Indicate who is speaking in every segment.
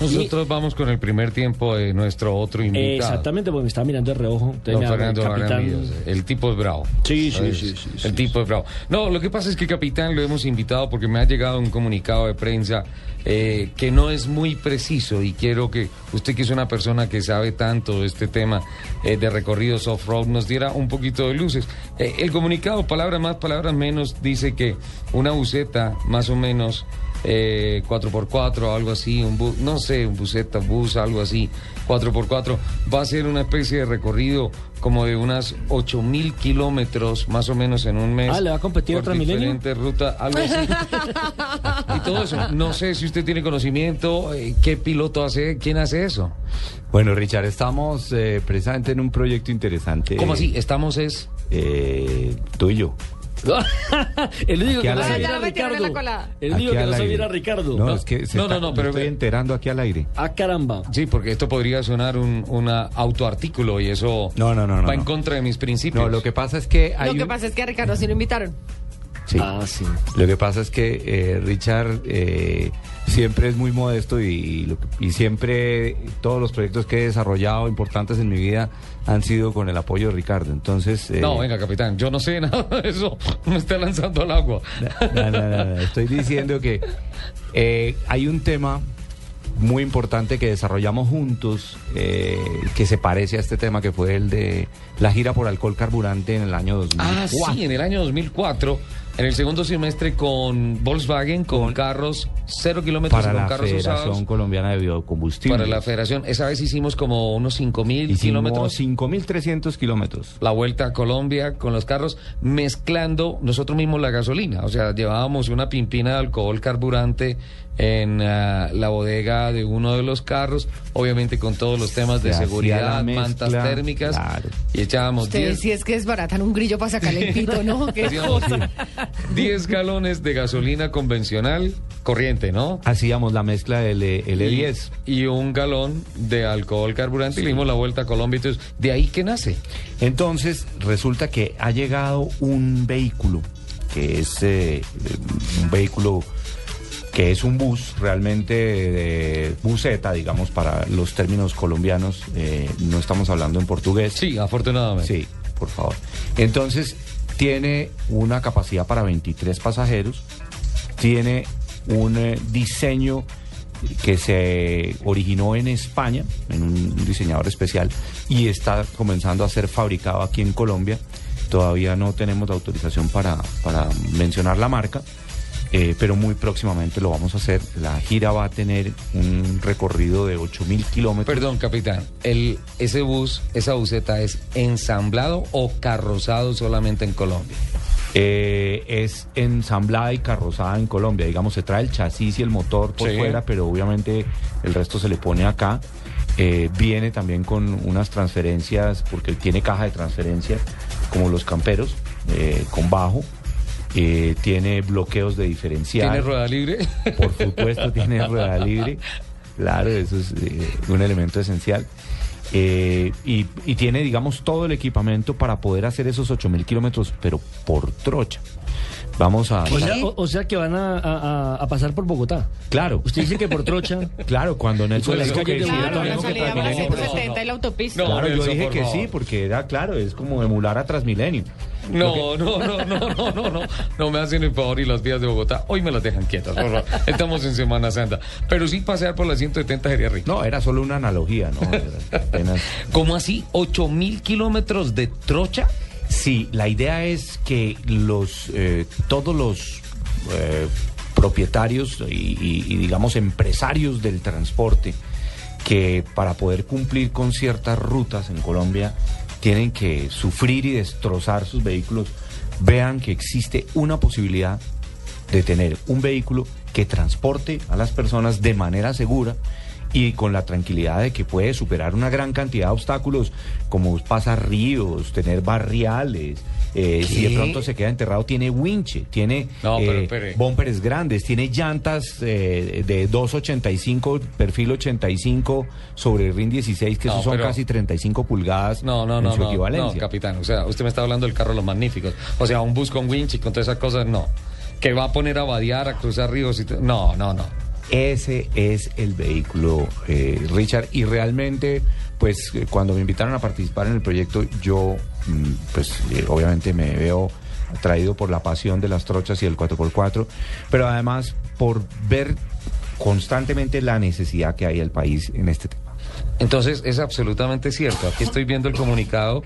Speaker 1: Nosotros vamos con el primer tiempo de nuestro otro invitado.
Speaker 2: Exactamente, porque me estaba mirando el reojo. entonces
Speaker 1: Don
Speaker 2: me hago
Speaker 1: Fernando
Speaker 2: capitán.
Speaker 1: Jaramillo, el tipo es bravo.
Speaker 2: Sí, sí,
Speaker 1: ¿sabes?
Speaker 2: sí, sí, sí,
Speaker 1: El tipo es bravo. No, lo que pasa es que capitán lo hemos invitado porque me ha llegado un comunicado de prensa eh, que no es muy preciso y quiero que usted que es una persona que sabe tanto de este tema eh, de recorridos off-road nos diera un poquito de luces. Eh, el comunicado, palabras más, palabras menos, dice que una buceta más o menos eh, 4x4 o algo así, un bu- no sé, un buseta, bus, algo así, 4x4, va a ser una especie de recorrido como de unas 8000 kilómetros más o menos en un mes.
Speaker 2: Ah, ¿le va a competir
Speaker 1: por
Speaker 2: otra Milenio?
Speaker 1: diferentes rutas, algo así. y todo eso. No sé si usted tiene conocimiento, eh, qué piloto hace, quién hace eso.
Speaker 3: Bueno, Richard, estamos eh, precisamente en un proyecto interesante.
Speaker 1: ¿Cómo así? Estamos es...
Speaker 3: Eh, tuyo.
Speaker 2: el único
Speaker 3: Aquí
Speaker 2: que
Speaker 3: al
Speaker 2: no sabía
Speaker 3: aire. Ya
Speaker 2: era
Speaker 4: la metieron en la
Speaker 2: Ricardo.
Speaker 4: colada.
Speaker 2: El único que no
Speaker 3: soy
Speaker 2: sabía era Ricardo.
Speaker 3: No,
Speaker 2: No.
Speaker 3: es que se
Speaker 1: No,
Speaker 3: está-
Speaker 1: no, no,
Speaker 3: me
Speaker 1: pero-
Speaker 3: estoy enterando aquí al aire.
Speaker 2: Ah, caramba.
Speaker 1: Sí, porque esto podría sonar un una autoartículo y eso
Speaker 3: No, no, no, no,
Speaker 1: va en
Speaker 3: no.
Speaker 1: contra de mis principios.
Speaker 3: No, lo que pasa es que hay
Speaker 4: Lo que
Speaker 3: un-
Speaker 4: pasa es que a Ricardo sí lo invitaron.
Speaker 3: Sí.
Speaker 2: Ah, sí.
Speaker 3: Lo que pasa es que eh, Richard eh, siempre es muy modesto y, y lo que- y siempre todos los proyectos que he desarrollado importantes en mi vida han sido con el apoyo de Ricardo. Entonces... eh,
Speaker 1: No, venga, capitán, yo no sé nada de eso. Me está lanzando al agua.
Speaker 3: No, no, no, no, Estoy diciendo que eh, hay un tema muy importante que desarrollamos juntos eh, que se parece a este tema que fue el de la gira por alcohol carburante en el año 2004.
Speaker 1: Ah, sí, en el año 2004, en el segundo semestre con Volkswagen, con, carros cero kilómetros,
Speaker 3: para
Speaker 1: con
Speaker 3: la
Speaker 1: carros
Speaker 3: Federación
Speaker 1: usados.
Speaker 3: Colombiana de Biocombustibles.
Speaker 1: Para la federación, esa vez hicimos como unos 5.000
Speaker 3: Hicimos
Speaker 1: kilómetros.
Speaker 3: 5.300 kilómetros.
Speaker 1: la vuelta a Colombia con los carros, mezclando nosotros mismos la gasolina. O sea, llevábamos una pimpina de alcohol carburante en ah, la bodega de uno de los carros, obviamente con todos los temas de
Speaker 3: Se hacía
Speaker 1: seguridad,
Speaker 3: la mezcla,
Speaker 1: mantas térmicas,
Speaker 3: claro.
Speaker 1: y echábamos
Speaker 4: Ustedes
Speaker 1: 10
Speaker 4: si es que desbaratan un grillo para sacarle el pito, ¿no? Qué
Speaker 1: hacíamos
Speaker 4: cosa.
Speaker 1: 10 galones de gasolina convencional, corriente, ¿no?
Speaker 3: Hacíamos la mezcla del eh, L10.
Speaker 1: Y un galón de alcohol carburante y le dimos la vuelta a Colombia. Entonces, de ahí que nace.
Speaker 3: Entonces, resulta que ha llegado un vehículo, que es eh, un vehículo que es un bus, realmente de buseta, digamos, para los términos colombianos. eh, no estamos hablando en portugués.
Speaker 1: Sí, afortunadamente.
Speaker 3: Sí, por favor. Entonces, tiene una capacidad para 23 pasajeros, tiene un eh, diseño que se originó en España, en un diseñador especial, y está comenzando a ser fabricado aquí en Colombia. Todavía no tenemos la autorización para, para mencionar la marca, eh, pero muy próximamente lo vamos a hacer. La gira va a tener un recorrido de 8.000 kilómetros.
Speaker 1: Perdón, capitán. El, ese bus, esa buseta es ensamblado o carrozado solamente en Colombia.
Speaker 3: Eh, es ensamblada y carrozada en Colombia. Digamos, se trae el chasis y el motor por
Speaker 1: Sí.
Speaker 3: fuera, pero obviamente el resto se le pone acá. Eh, viene también con unas transferencias, porque tiene caja de transferencias, como los camperos, eh, con bajo. Eh, tiene bloqueos de diferencial.
Speaker 1: ¿Tiene rueda libre?
Speaker 3: Por supuesto, tiene rueda libre. Claro, eso es eh, un elemento esencial. Eh, y, y tiene, digamos, todo el equipamiento para poder hacer esos 8000 kilómetros, pero por trocha. Vamos a.
Speaker 2: O sea, o- o sea que van a, a- a- a pasar por Bogotá.
Speaker 3: Claro,
Speaker 2: Usted dice que por trocha.
Speaker 3: claro, cuando Nelson
Speaker 1: Pues
Speaker 3: dijo
Speaker 1: es que
Speaker 3: que
Speaker 2: yo-
Speaker 3: sí,
Speaker 2: Claro,
Speaker 3: era lo
Speaker 4: Claro,
Speaker 3: mismo
Speaker 4: la
Speaker 3: que
Speaker 4: salida por la
Speaker 3: Transmilenio, pero-
Speaker 4: 170 y la autopista.
Speaker 1: No,
Speaker 3: Claro, yo
Speaker 1: Nelson,
Speaker 3: dije
Speaker 1: por
Speaker 3: que
Speaker 1: favor.
Speaker 3: sí, porque era claro, es como emular a Transmilenio.
Speaker 1: No, no, no, no, no, no, no. No me hacen el favor y las vías de Bogotá hoy me las dejan quietas, por favor. Estamos en Semana Santa. Pero sí pasear por la 170 sería rico.
Speaker 3: No, era solo una analogía, ¿no? Era apenas-
Speaker 1: ¿Cómo así? ¿8 mil kilómetros de trocha?
Speaker 3: Sí, la idea es que los eh, todos los eh, propietarios y, y- y, digamos empresarios del transporte que para poder cumplir con ciertas rutas en Colombia tienen que sufrir y destrozar sus vehículos vean que existe una posibilidad de tener un vehículo que transporte a las personas de manera segura y con la tranquilidad de que puede superar una gran cantidad de obstáculos como pasar ríos, tener barriales, eh, si de pronto se queda enterrado tiene winche, tiene
Speaker 1: No, pero
Speaker 3: eh,
Speaker 1: espere.
Speaker 3: bumpers grandes, tiene llantas eh, de 2.85, perfil 85 sobre RIN 16, que
Speaker 1: No,
Speaker 3: esos son
Speaker 1: pero-
Speaker 3: casi 35 pulgadas
Speaker 1: No, no,
Speaker 3: en
Speaker 1: no,
Speaker 3: su
Speaker 1: no, no,
Speaker 3: equivalencia.
Speaker 1: capitán. O sea, usted me está hablando del carro de los magníficos. O sea, un bus con winch y con todas esas cosas, no. Que va a poner a vadear, a cruzar ríos y... t- No, no, no.
Speaker 3: Ese es el vehículo, eh, Richard. Y realmente, pues eh, cuando me invitaron a participar en el proyecto, yo, mm, pues eh, obviamente me veo atraído por la pasión de las trochas y el 4x4, pero además por ver constantemente la necesidad que hay del país en este tema.
Speaker 1: Entonces es absolutamente cierto. Aquí estoy viendo el comunicado.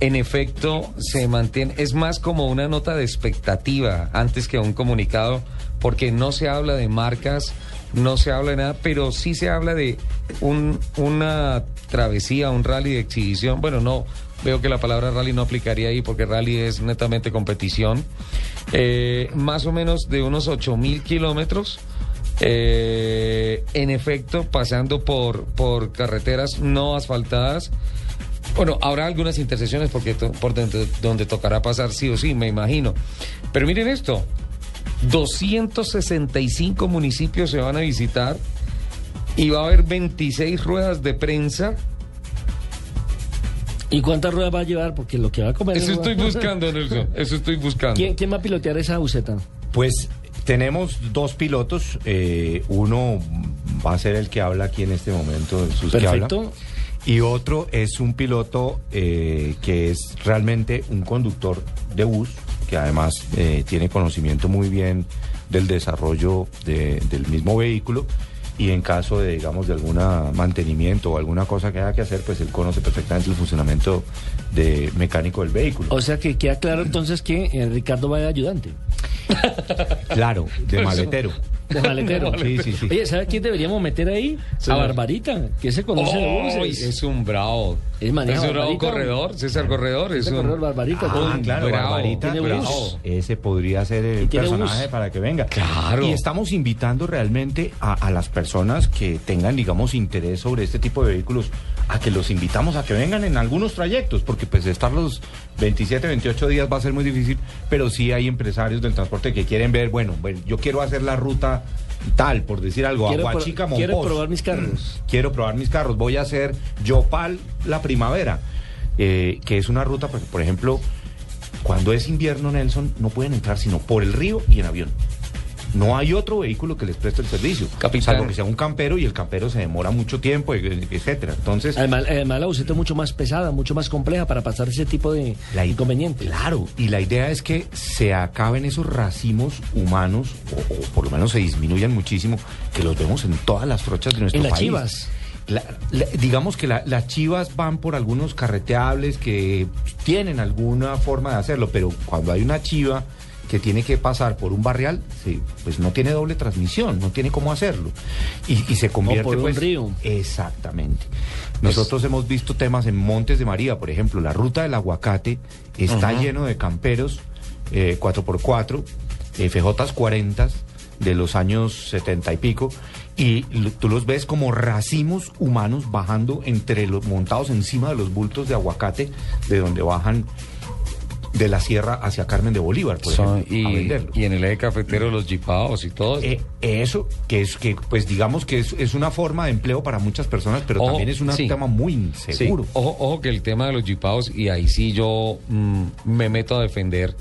Speaker 1: En efecto, se mantiene. Es más como una nota de expectativa antes que un comunicado, porque no se habla de marcas, no se habla de nada, pero sí se habla de un- una travesía, un rally de exhibición. Bueno, no. Veo que la palabra rally no aplicaría ahí porque rally es netamente competición. Eh, más o menos de unos 8 mil kilómetros. Eh, en efecto, pasando por, por carreteras no asfaltadas. Bueno, habrá algunas intersecciones porque to- por donde, donde tocará pasar sí o sí, me imagino. Pero miren esto, 265 municipios se van a visitar y va a haber 26 ruedas de prensa.
Speaker 2: ¿Y cuántas ruedas va a llevar? Porque lo que va a comer.
Speaker 1: Eso
Speaker 2: es
Speaker 1: estoy
Speaker 2: rueda.
Speaker 1: buscando, Nelson. Eso estoy buscando.
Speaker 2: ¿Quién, quién va a pilotear esa buceta?
Speaker 3: Pues tenemos dos pilotos. eh, uno va a ser el que habla aquí en este momento, el sus que habla.
Speaker 2: Perfecto.
Speaker 3: Y otro es un piloto eh, que es realmente un conductor de bus, que además eh, tiene conocimiento muy bien del desarrollo de- del mismo vehículo. Y en caso de, digamos, de algún mantenimiento o alguna cosa que haya que hacer, pues él conoce perfectamente el funcionamiento de mecánico del vehículo.
Speaker 2: O sea que queda claro entonces que eh, Ricardo va de ayudante.
Speaker 3: claro, de
Speaker 1: Por eso.
Speaker 3: maletero.
Speaker 2: De maletero.
Speaker 3: Sí, sí, sí.
Speaker 2: Oye, ¿sabes quién deberíamos meter ahí? A
Speaker 1: Señor.
Speaker 2: Barbarita, que se conoce de
Speaker 1: ¡Oh!
Speaker 2: buses.
Speaker 1: es un bravo.
Speaker 2: Él maneja
Speaker 1: es un bravo
Speaker 2: Barbarita.
Speaker 1: corredor, César Corredor. Es
Speaker 2: César
Speaker 1: un
Speaker 2: Corredor, Barbarita,
Speaker 1: Ah,
Speaker 2: Un
Speaker 3: claro,
Speaker 1: bravo,
Speaker 3: Barbarita,
Speaker 2: tiene
Speaker 1: bravo.
Speaker 2: bus.
Speaker 3: Ese podría ser
Speaker 2: Y
Speaker 3: el
Speaker 2: tiene
Speaker 3: personaje
Speaker 2: bus.
Speaker 3: para que venga.
Speaker 1: Claro.
Speaker 3: Y estamos invitando realmente a, a las personas que tengan, digamos, interés sobre este tipo de vehículos, a que los invitamos a que vengan en algunos trayectos, porque pues estar los 27, 28 días va a ser muy difícil, pero sí hay empresarios del transporte que quieren ver, bueno, bueno, yo quiero hacer la ruta tal, por decir algo,
Speaker 2: Quiero, pro-
Speaker 3: Aguachica,
Speaker 2: quiero
Speaker 3: Mompox
Speaker 2: probar mis carros.
Speaker 3: pues, quiero probar mis carros, voy a hacer Yopal la primavera, eh, que es una ruta, porque, por ejemplo, cuando es invierno, Nelson, no pueden entrar sino por el río y en avión. No hay otro vehículo que les preste el servicio,
Speaker 1: Capitán.
Speaker 3: salvo que sea un campero y el campero se demora mucho tiempo, e- etcétera.
Speaker 5: Mm.
Speaker 3: Entonces,
Speaker 2: Además, eh, además la buceta es mucho más pesada, mucho más compleja para pasar ese tipo de
Speaker 3: i-
Speaker 2: inconvenientes.
Speaker 3: Claro, y la idea es que se acaben esos racimos humanos, o, o por lo menos se disminuyan muchísimo, que los vemos en todas las trochas de nuestro
Speaker 2: En las
Speaker 3: país.
Speaker 2: chivas.
Speaker 3: La- la- digamos que la- las chivas van por algunos carreteables que pues, tienen alguna forma de hacerlo, pero cuando hay una chiva que tiene que pasar por un barrial, sí, pues no tiene doble transmisión, no tiene cómo hacerlo. Y, y se convierte
Speaker 2: por un
Speaker 3: pues,
Speaker 2: río.
Speaker 3: Exactamente. Nosotros hemos visto temas en Montes de María, por ejemplo, la ruta del aguacate está lleno de camperos eh, 4x4, eh, FJs 40 de los años 70 y pico, y lo- tú los ves como racimos humanos bajando entre los montados encima de los bultos de aguacate de donde bajan de la sierra hacia Carmen de Bolívar, por
Speaker 1: Son-
Speaker 3: ejemplo, a
Speaker 1: y,
Speaker 3: venderlos.
Speaker 1: y en el eje cafetero los jipaos y todo.
Speaker 3: Eh, eso, que es que, pues digamos que es, es una forma de empleo para muchas personas, pero
Speaker 1: Ojo,
Speaker 3: también es un
Speaker 1: sí.
Speaker 3: tema muy
Speaker 1: Sí,
Speaker 3: inseguro.
Speaker 1: Ojo, ojo que el tema de los jipaos, y ahí sí yo mm, me meto a defender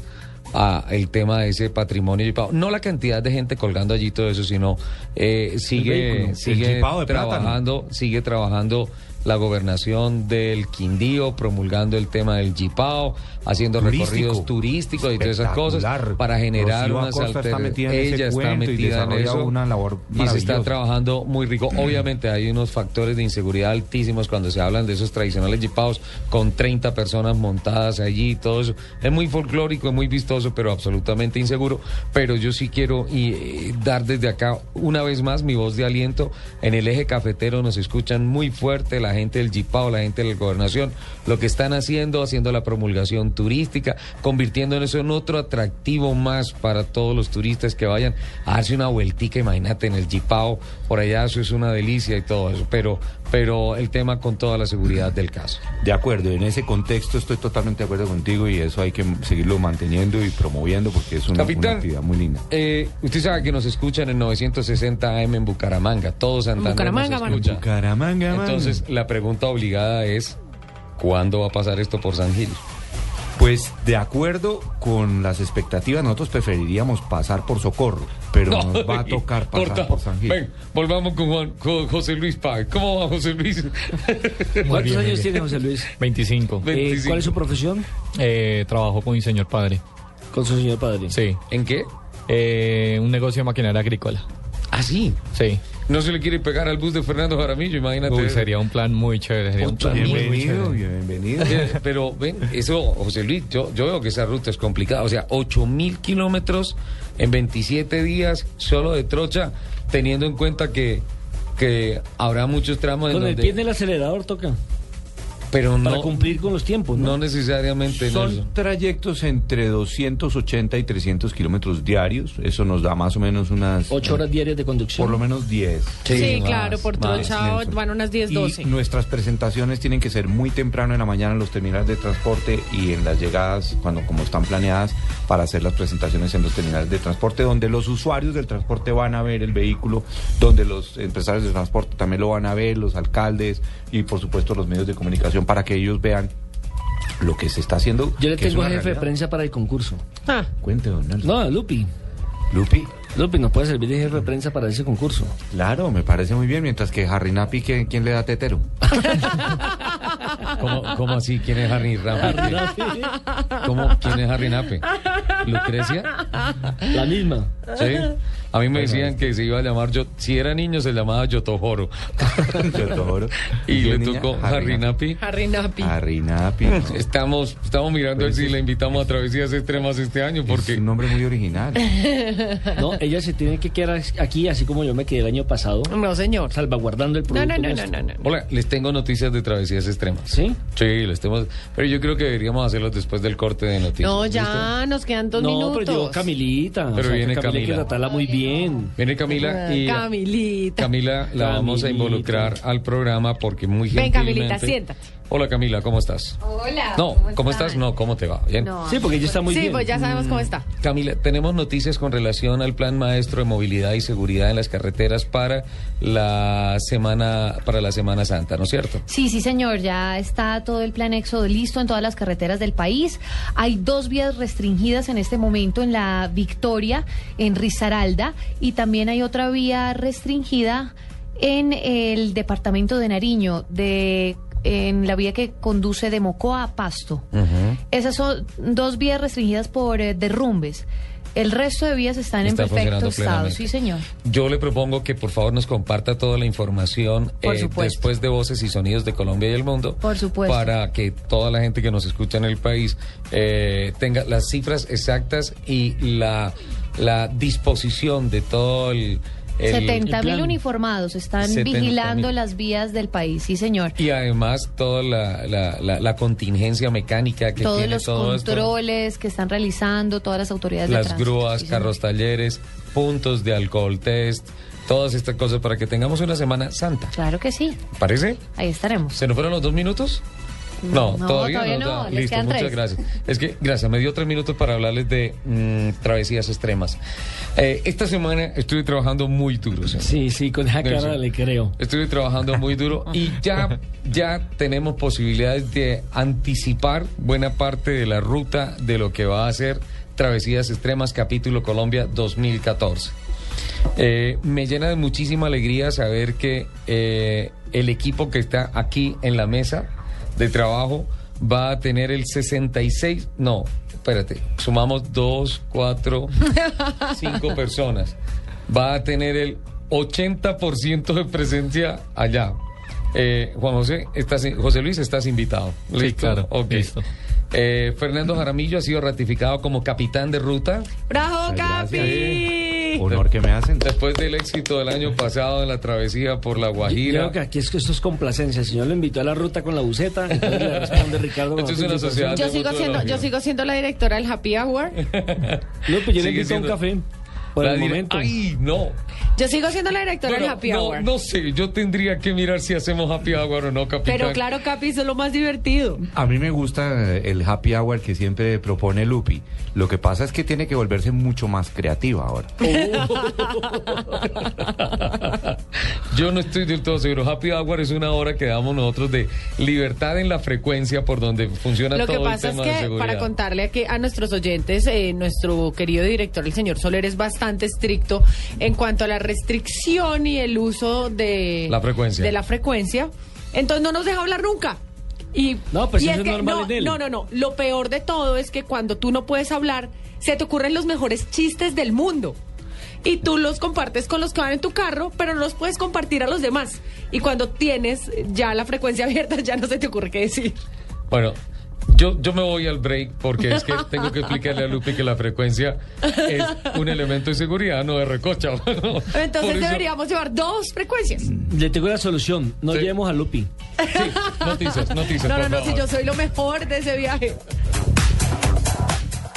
Speaker 1: a el tema de ese patrimonio jipao. No la cantidad de gente colgando allí todo eso, sino eh,
Speaker 3: vehículo,
Speaker 1: sigue,
Speaker 3: el
Speaker 1: sigue
Speaker 3: jipao de plátano.
Speaker 1: trabajando, sigue trabajando la gobernación del Quindío, promulgando el tema del jipao, haciendo
Speaker 3: Turístico.
Speaker 1: recorridos turísticos y todas esas cosas
Speaker 3: Espectacular.
Speaker 1: para generar
Speaker 3: Rocío
Speaker 1: unas
Speaker 3: Acosta está
Speaker 1: alter-
Speaker 3: metida en ese
Speaker 1: Ella está
Speaker 3: cuento y
Speaker 1: metida en
Speaker 3: desarrolla
Speaker 1: eso
Speaker 3: una
Speaker 1: y
Speaker 3: labor
Speaker 1: se está
Speaker 3: maravillosa. Mm.
Speaker 1: trabajando trabajando muy rico. Obviamente hay unos factores de inseguridad altísimos cuando se hablan de esos tradicionales jipaos con 30 personas montadas allí y todo eso. Es muy folclórico, es muy vistoso, pero absolutamente inseguro. Pero yo sí quiero y, eh, dar desde acá una vez más mi voz de aliento. En el eje cafetero nos escuchan muy fuerte la gente del jipao, la gente de la gobernación, lo que están haciendo, haciendo la promulgación turística, convirtiendo en eso en otro atractivo más para todos los turistas que vayan a darse una vueltica, imagínate, en el jipao, por allá eso es una delicia y todo eso, pero, pero el tema con toda la seguridad del caso.
Speaker 3: De acuerdo, en ese contexto estoy totalmente de acuerdo contigo y eso hay que seguirlo manteniendo y promoviendo porque es una, una
Speaker 1: Capitán.
Speaker 3: actividad muy linda.
Speaker 1: Eh, usted sabe que nos escuchan en 960 AM en Bucaramanga, todos Santander
Speaker 4: Bucaramanga,
Speaker 1: nos
Speaker 4: mano.
Speaker 1: escucha.
Speaker 3: Bucaramanga, mano.
Speaker 1: Entonces, la pregunta obligada es, ¿cuándo va a pasar esto por San Gil?
Speaker 3: Pues de acuerdo con las expectativas, nosotros preferiríamos pasar por Socorro, pero nos va a tocar pasar
Speaker 1: corta.
Speaker 3: por San Gil.
Speaker 1: Ven, volvamos con, Juan- con José Luis Pag. ¿Cómo va José Luis?
Speaker 2: ¿Cuántos
Speaker 5: bien, muy
Speaker 2: años
Speaker 5: bien.
Speaker 2: tiene José Luis?
Speaker 5: 25.
Speaker 1: Ve-
Speaker 2: Eh,
Speaker 1: 25.
Speaker 2: ¿Cuál es su profesión?
Speaker 5: Eh, trabajo con mi señor padre.
Speaker 2: Con su señor padre.
Speaker 5: Sí.
Speaker 1: ¿En qué?
Speaker 5: Eh, un negocio de maquinaria agrícola.
Speaker 1: Ah, sí.
Speaker 5: Sí.
Speaker 1: No se le quiere pegar al bus de Fernando Jaramillo, imagínate.
Speaker 5: Uy, sería un plan muy chévere. sería un
Speaker 1: Puta,
Speaker 5: plan muy, muy
Speaker 3: Bienvenido,
Speaker 5: chévere.
Speaker 3: bienvenido.
Speaker 1: Eh, Pero ven, eso, José Luis, yo, yo veo que esa ruta es complicada. O sea, 8 mil kilómetros en 27 días solo de trocha, teniendo en cuenta que, que habrá muchos tramos en
Speaker 2: Con el
Speaker 1: donde-
Speaker 2: pie en el acelerador toca.
Speaker 1: pero
Speaker 2: Para
Speaker 1: no,
Speaker 2: cumplir con los tiempos, ¿no?
Speaker 1: no necesariamente en eso.
Speaker 3: Son trayectos entre 280 y 300 kilómetros diarios. Eso nos da más o menos unas...
Speaker 2: Ocho horas diarias de conducción.
Speaker 3: Por lo menos 10.
Speaker 4: Sí,
Speaker 1: más,
Speaker 4: claro, por
Speaker 1: más.
Speaker 4: trocha
Speaker 3: Nelson.
Speaker 4: van unas 10,
Speaker 3: Y
Speaker 4: 12.
Speaker 3: nuestras presentaciones tienen que ser muy temprano en la mañana en los terminales de transporte y en las llegadas, cuando como están planeadas, para hacer las presentaciones en los terminales de transporte, donde los usuarios del transporte van a ver el vehículo, donde los empresarios de transporte también lo van a ver, los alcaldes y por supuesto los medios de comunicación para que ellos vean lo que se está haciendo.
Speaker 2: Yo le
Speaker 3: que es
Speaker 2: tengo
Speaker 3: una
Speaker 2: jefe de
Speaker 3: realidad.
Speaker 2: prensa para el concurso.
Speaker 4: Ah,
Speaker 3: Cuente, don Nelson.
Speaker 2: No, Lupi.
Speaker 3: Lupi.
Speaker 2: Lupi, nos puede servir de jefe de prensa para ese concurso.
Speaker 3: Claro, me parece muy bien, mientras que Harry Napi, ¿quién, quién le da tetero?
Speaker 1: ¿Cómo, cómo así? ¿Quién es Harry Nape? ¿Cómo? ¿Quién es Harry Nape? ¿Lucrecia?
Speaker 2: La misma.
Speaker 1: Sí. A mí me decían que se iba a llamar yo, si era niño se llamaba Yotojoro.
Speaker 3: Yo te juro.
Speaker 1: Y le
Speaker 3: ¿Quién, niña?
Speaker 1: tocó Harry Napi.
Speaker 4: Harry Napi.
Speaker 3: Harry Napi. ¿no?
Speaker 1: Estamos, estamos mirando
Speaker 3: Pero
Speaker 1: si
Speaker 3: Pues sí.
Speaker 1: la invitamos a Travesías Extremas este año
Speaker 3: Es
Speaker 1: porque
Speaker 3: un nombre muy original.
Speaker 2: No, ella se tiene que quedar aquí, así como yo me quedé el año pasado,
Speaker 4: No, señor.
Speaker 2: salvaguardando el
Speaker 4: Mm. No,
Speaker 2: producto.
Speaker 4: no, no, no,
Speaker 2: nuestro.
Speaker 4: no, no.
Speaker 1: Hola, les tengo noticias de Travesías Extremas.
Speaker 2: ¿Sí?
Speaker 1: Sí, les tengo. Pero yo creo que deberíamos hacerlos después del corte de noticias.
Speaker 4: No, ya, nos quedan dos
Speaker 2: no,
Speaker 4: minutos.
Speaker 2: pero yo, Camilita.
Speaker 1: Pero
Speaker 2: que
Speaker 1: viene
Speaker 2: Camila hay que
Speaker 1: Camila.
Speaker 2: tratarla muy bien.
Speaker 1: Viene Camila
Speaker 4: Ah,
Speaker 1: y.
Speaker 4: Camilita.
Speaker 1: Camila, la vamos a
Speaker 2: Camilita.
Speaker 1: involucrar al programa porque muy
Speaker 4: Ven,
Speaker 1: gentilmente-
Speaker 4: Camilita, siéntate.
Speaker 1: Hola, Camila, ¿cómo estás?
Speaker 6: Hola.
Speaker 1: No, ¿cómo estás?
Speaker 6: están?
Speaker 1: No, ¿cómo te va? Bien.
Speaker 6: No.
Speaker 2: Sí, porque ella está muy
Speaker 4: sí,
Speaker 2: bien.
Speaker 4: pues ya sabemos cómo está.
Speaker 1: Camila, tenemos noticias con relación al plan maestro de movilidad y seguridad en las carreteras para la semana para la Semana Santa, ¿no es cierto?
Speaker 6: Sí, sí, señor. Ya está todo el plan éxodo listo en todas las carreteras del país. Hay dos vías restringidas en este momento en la Victoria, en Risaralda, y también hay otra vía restringida en el departamento de Nariño, de en la vía que conduce de Mocoa a Pasto.
Speaker 1: Mm.
Speaker 6: Esas son dos vías restringidas por eh, derrumbes. El resto de vías están
Speaker 1: Está
Speaker 6: en
Speaker 1: funcionando
Speaker 6: perfecto estado.
Speaker 1: plenamente.
Speaker 6: Sí, señor.
Speaker 1: Yo le propongo que por favor nos comparta toda la información eh,
Speaker 6: Por supuesto.
Speaker 1: después de Voces y Sonidos de Colombia y el Mundo.
Speaker 6: Por supuesto.
Speaker 1: Para que toda la gente que nos escucha en el país eh, tenga las cifras exactas y la, la disposición de todo el... el-
Speaker 6: 70
Speaker 2: el plan.
Speaker 6: mil uniformados están
Speaker 1: 70.000.
Speaker 6: vigilando las vías del país, sí señor.
Speaker 1: Y además toda la, la- la- la contingencia mecánica que
Speaker 6: Todos
Speaker 1: tiene
Speaker 6: los
Speaker 1: todo esto.
Speaker 6: controles que están realizando todas las autoridades de
Speaker 1: las
Speaker 6: tránsito,
Speaker 1: grúas,
Speaker 6: sí, señor.
Speaker 1: carros talleres, puntos de alcohol test, todas estas cosas para que tengamos una semana santa.
Speaker 6: Claro que sí,
Speaker 1: ¿Parece?
Speaker 6: ahí estaremos.
Speaker 1: ¿Se nos fueron los dos minutos? No,
Speaker 6: No,
Speaker 1: todavía,
Speaker 6: todavía
Speaker 1: nos
Speaker 6: no,
Speaker 1: da.
Speaker 6: les
Speaker 1: Listo,
Speaker 6: quedan
Speaker 1: muchas
Speaker 6: tres.
Speaker 1: gracias. Es que, gracias, me dio tres minutos para hablarles de mm, travesías extremas. Eh, esta semana estuve trabajando muy duro. señor.
Speaker 2: Sí, sí, con esa cara
Speaker 1: Nelson.
Speaker 2: le creo.
Speaker 1: Estuve trabajando muy duro y ya, ya tenemos posibilidades de anticipar buena parte de la ruta de lo que va a ser Travesías Extremas Capítulo Colombia 2014. Eh, me llena de muchísima alegría saber que eh, el equipo que está aquí en la mesa de trabajo va a tener el 66, no, espérate, sumamos 2, 4, 5 personas. Va a tener el 80% de presencia allá. Eh, Juan José, estás, José Luis, estás invitado.
Speaker 5: Sí, claro,
Speaker 1: Ok.
Speaker 5: listo.
Speaker 1: Eh, Fernando Jaramillo ha sido ratificado como capitán de ruta.
Speaker 4: ¡Bravo,
Speaker 3: Muchas
Speaker 4: Capi!
Speaker 3: Honor que me hacen.
Speaker 1: Después del éxito del año pasado en la travesía por la Guajira.
Speaker 2: Creo que aquí es que esto es complacencia. El señor lo invitó a la ruta con la buceta. entonces le responde Ricardo.
Speaker 1: Esto es una
Speaker 2: Martínez.
Speaker 1: sociedad.
Speaker 4: Yo sigo, siendo, yo sigo siendo la directora del Happy Hour.
Speaker 2: Lupe, pues yo
Speaker 1: Sigue
Speaker 2: le invito a un
Speaker 1: siendo-
Speaker 2: café. Por
Speaker 1: La
Speaker 2: el
Speaker 1: dire-
Speaker 2: momento.
Speaker 1: Ay, no.
Speaker 4: Yo sigo siendo la directora
Speaker 1: Bueno,
Speaker 4: en Happy
Speaker 1: no,
Speaker 4: Hour.
Speaker 1: no sé, yo tendría que mirar si hacemos happy hour o no, capitán.
Speaker 4: Pero claro, Capi, eso es lo más divertido.
Speaker 3: A mí me gusta eh, el happy hour que siempre propone Lupi. Lo que pasa es que tiene que volverse mucho más creativa ahora.
Speaker 1: Yo no estoy del todo seguro. Happy Hour es una hora que damos nosotros de libertad en la frecuencia por donde funciona
Speaker 4: Lo
Speaker 1: todo
Speaker 4: que pasa
Speaker 1: el
Speaker 4: es
Speaker 1: tema de
Speaker 4: que,
Speaker 1: seguridad.
Speaker 4: para contarle a, que, a nuestros oyentes, eh, nuestro querido director, el señor Soler, es bastante estricto en cuanto a la restricción y el uso de
Speaker 1: La frecuencia.
Speaker 4: De la frecuencia. Entonces no nos deja hablar nunca. Y,
Speaker 2: No, pues
Speaker 4: y
Speaker 2: eso es normal
Speaker 4: no,
Speaker 2: en él.
Speaker 4: no, no, no. Lo peor de todo es que cuando tú no puedes hablar, se te ocurren los mejores chistes del mundo. Y tú los compartes con los que van en tu carro, pero no los puedes compartir a los demás. Y cuando tienes ya la frecuencia abierta, ya no se te ocurre qué decir.
Speaker 1: Bueno, yo, yo me voy al break porque es que tengo que explicarle a Lupi que la frecuencia es un elemento de seguridad, no de recocha. bueno, por
Speaker 4: Entonces
Speaker 1: eso-
Speaker 4: deberíamos llevar dos frecuencias.
Speaker 2: Le tengo la solución. No
Speaker 1: Sí.
Speaker 2: llevemos a Lupi.
Speaker 1: Sí, noticias, noticias.
Speaker 4: No, no,
Speaker 1: por
Speaker 4: no, si
Speaker 1: favor.
Speaker 4: yo soy lo mejor de ese viaje.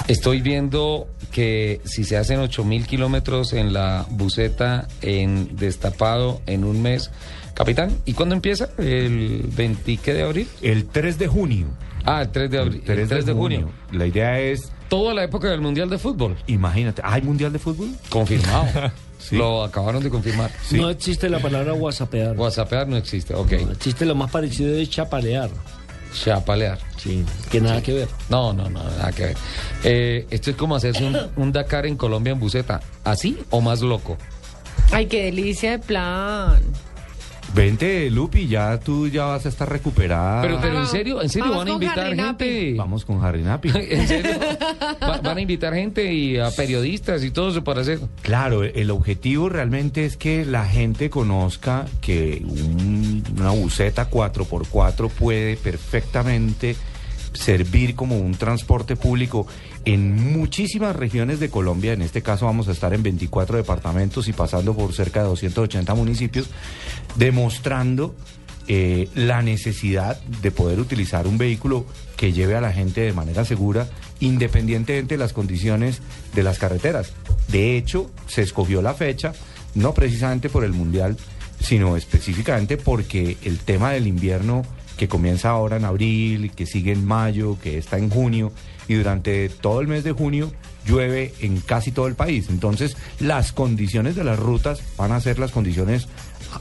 Speaker 1: Estoy viendo que si se hacen 8000 kilómetros en la buceta en destapado en un mes. Capitán, ¿y cuándo empieza? ¿El 20 qué de abril?
Speaker 3: El 3 de junio.
Speaker 1: Ah, el 3 de abril.
Speaker 3: El 3, de, junio. La idea es,
Speaker 1: Toda la época del Mundial de Fútbol.
Speaker 3: imagínate, ¿hay mundial de fútbol?
Speaker 1: Confirmado.
Speaker 3: Sí.
Speaker 1: Lo acabaron de confirmar.
Speaker 3: Sí.
Speaker 2: No existe la palabra whatsappear.
Speaker 1: WhatsAppear no existe. Ok.
Speaker 2: No, existe lo más parecido de chapalear.
Speaker 1: Chapalear.
Speaker 2: Sí. Que nada que ver.
Speaker 1: No, no, no, nada que ver. Eh, esto es como hacerse un, un Dakar en Colombia en buceta. ¿Así o más loco?
Speaker 4: Ay, qué delicia de plan.
Speaker 3: Vente, Lupi, ya tú ya vas a estar recuperada.
Speaker 1: Pero, pero en
Speaker 4: Vamos.
Speaker 1: serio, en serio
Speaker 4: Ah. Vamos
Speaker 1: van a
Speaker 4: con
Speaker 1: invitar
Speaker 4: Harry Napi.
Speaker 1: gente.
Speaker 3: Vamos con Harry Napi.
Speaker 1: ¿En serio? Va- van a invitar gente y a periodistas y todo eso para hacer.
Speaker 3: Claro, el objetivo realmente es que la gente conozca que un- una buceta 4x4 puede perfectamente servir como un transporte público en muchísimas regiones de Colombia. En este caso vamos a estar en 24 departamentos y pasando por cerca de 280 municipios, demostrando eh, la necesidad de poder utilizar un vehículo que lleve a la gente de manera segura, independientemente de las condiciones de las carreteras. De hecho, se escogió la fecha, no precisamente por el Mundial, sino específicamente porque el tema del invierno que comienza ahora en abril, que sigue en mayo, que está en junio, y durante todo el mes de junio llueve en casi todo el país. Entonces, las condiciones de las rutas van a ser las condiciones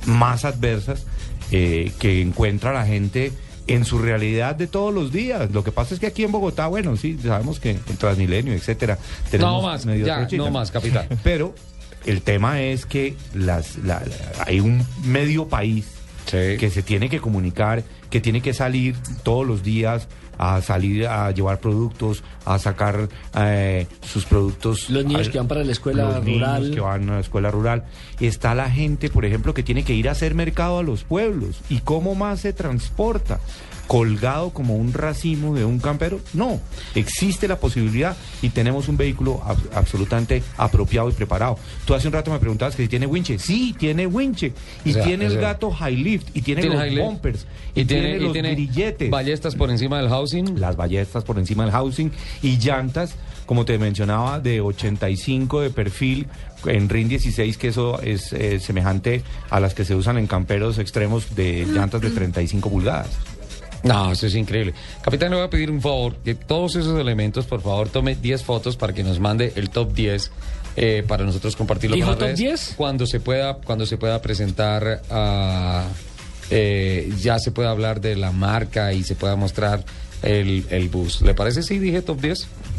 Speaker 3: más adversas eh, que encuentra la gente en su realidad de todos los días. Lo que pasa es que aquí en Bogotá, bueno, sí, sabemos que el Transmilenio, etcétera,
Speaker 1: No
Speaker 3: tenemos
Speaker 1: más,
Speaker 3: medio
Speaker 1: ya,
Speaker 3: trochitas.
Speaker 1: no más, capitán.
Speaker 3: Pero el tema es que las, la- la- hay un medio país
Speaker 1: Sí.
Speaker 3: que se tiene que comunicar, que tiene que salir todos los días a salir a llevar productos, a sacar eh, sus productos.
Speaker 2: Los niños
Speaker 3: al-
Speaker 2: que van para la escuela
Speaker 3: los niños
Speaker 2: rural.
Speaker 3: que van a la escuela rural. Está la gente, por ejemplo, que tiene que ir a hacer mercado a los pueblos. ¿Y cómo más se transporta? ¿Colgado como un racimo de un campero? No, existe la posibilidad y tenemos un vehículo ab- absolutamente apropiado y preparado. Tú hace un rato me preguntabas que si tiene winche. Sí, tiene winche. Y
Speaker 1: O sea,
Speaker 3: tiene
Speaker 1: o
Speaker 3: el
Speaker 1: sea,
Speaker 3: gato high lift. Y tiene, los
Speaker 1: high lift.
Speaker 3: bumpers.
Speaker 1: Y, tiene, y
Speaker 3: los
Speaker 1: tiene
Speaker 3: grilletes
Speaker 1: ballestas por encima del housing.
Speaker 3: las ballestas por encima del housing y llantas, como te mencionaba, de 85 de perfil en RIN 16, que eso es eh, semejante a las que se usan en camperos extremos de llantas de 35 pulgadas.
Speaker 1: No, eso es increíble. Capitán, le voy a pedir un favor, que todos esos elementos, por favor, tome 10 fotos para que nos mande el top 10 eh, para nosotros compartirlo
Speaker 2: ¿Dijo
Speaker 1: con las
Speaker 2: top
Speaker 1: redes.
Speaker 2: 10?
Speaker 1: Cuando se pueda, cuando se pueda presentar, ah, eh, ya se puede hablar de la marca y se pueda mostrar el, el bus. ¿Le parece si dije top 10?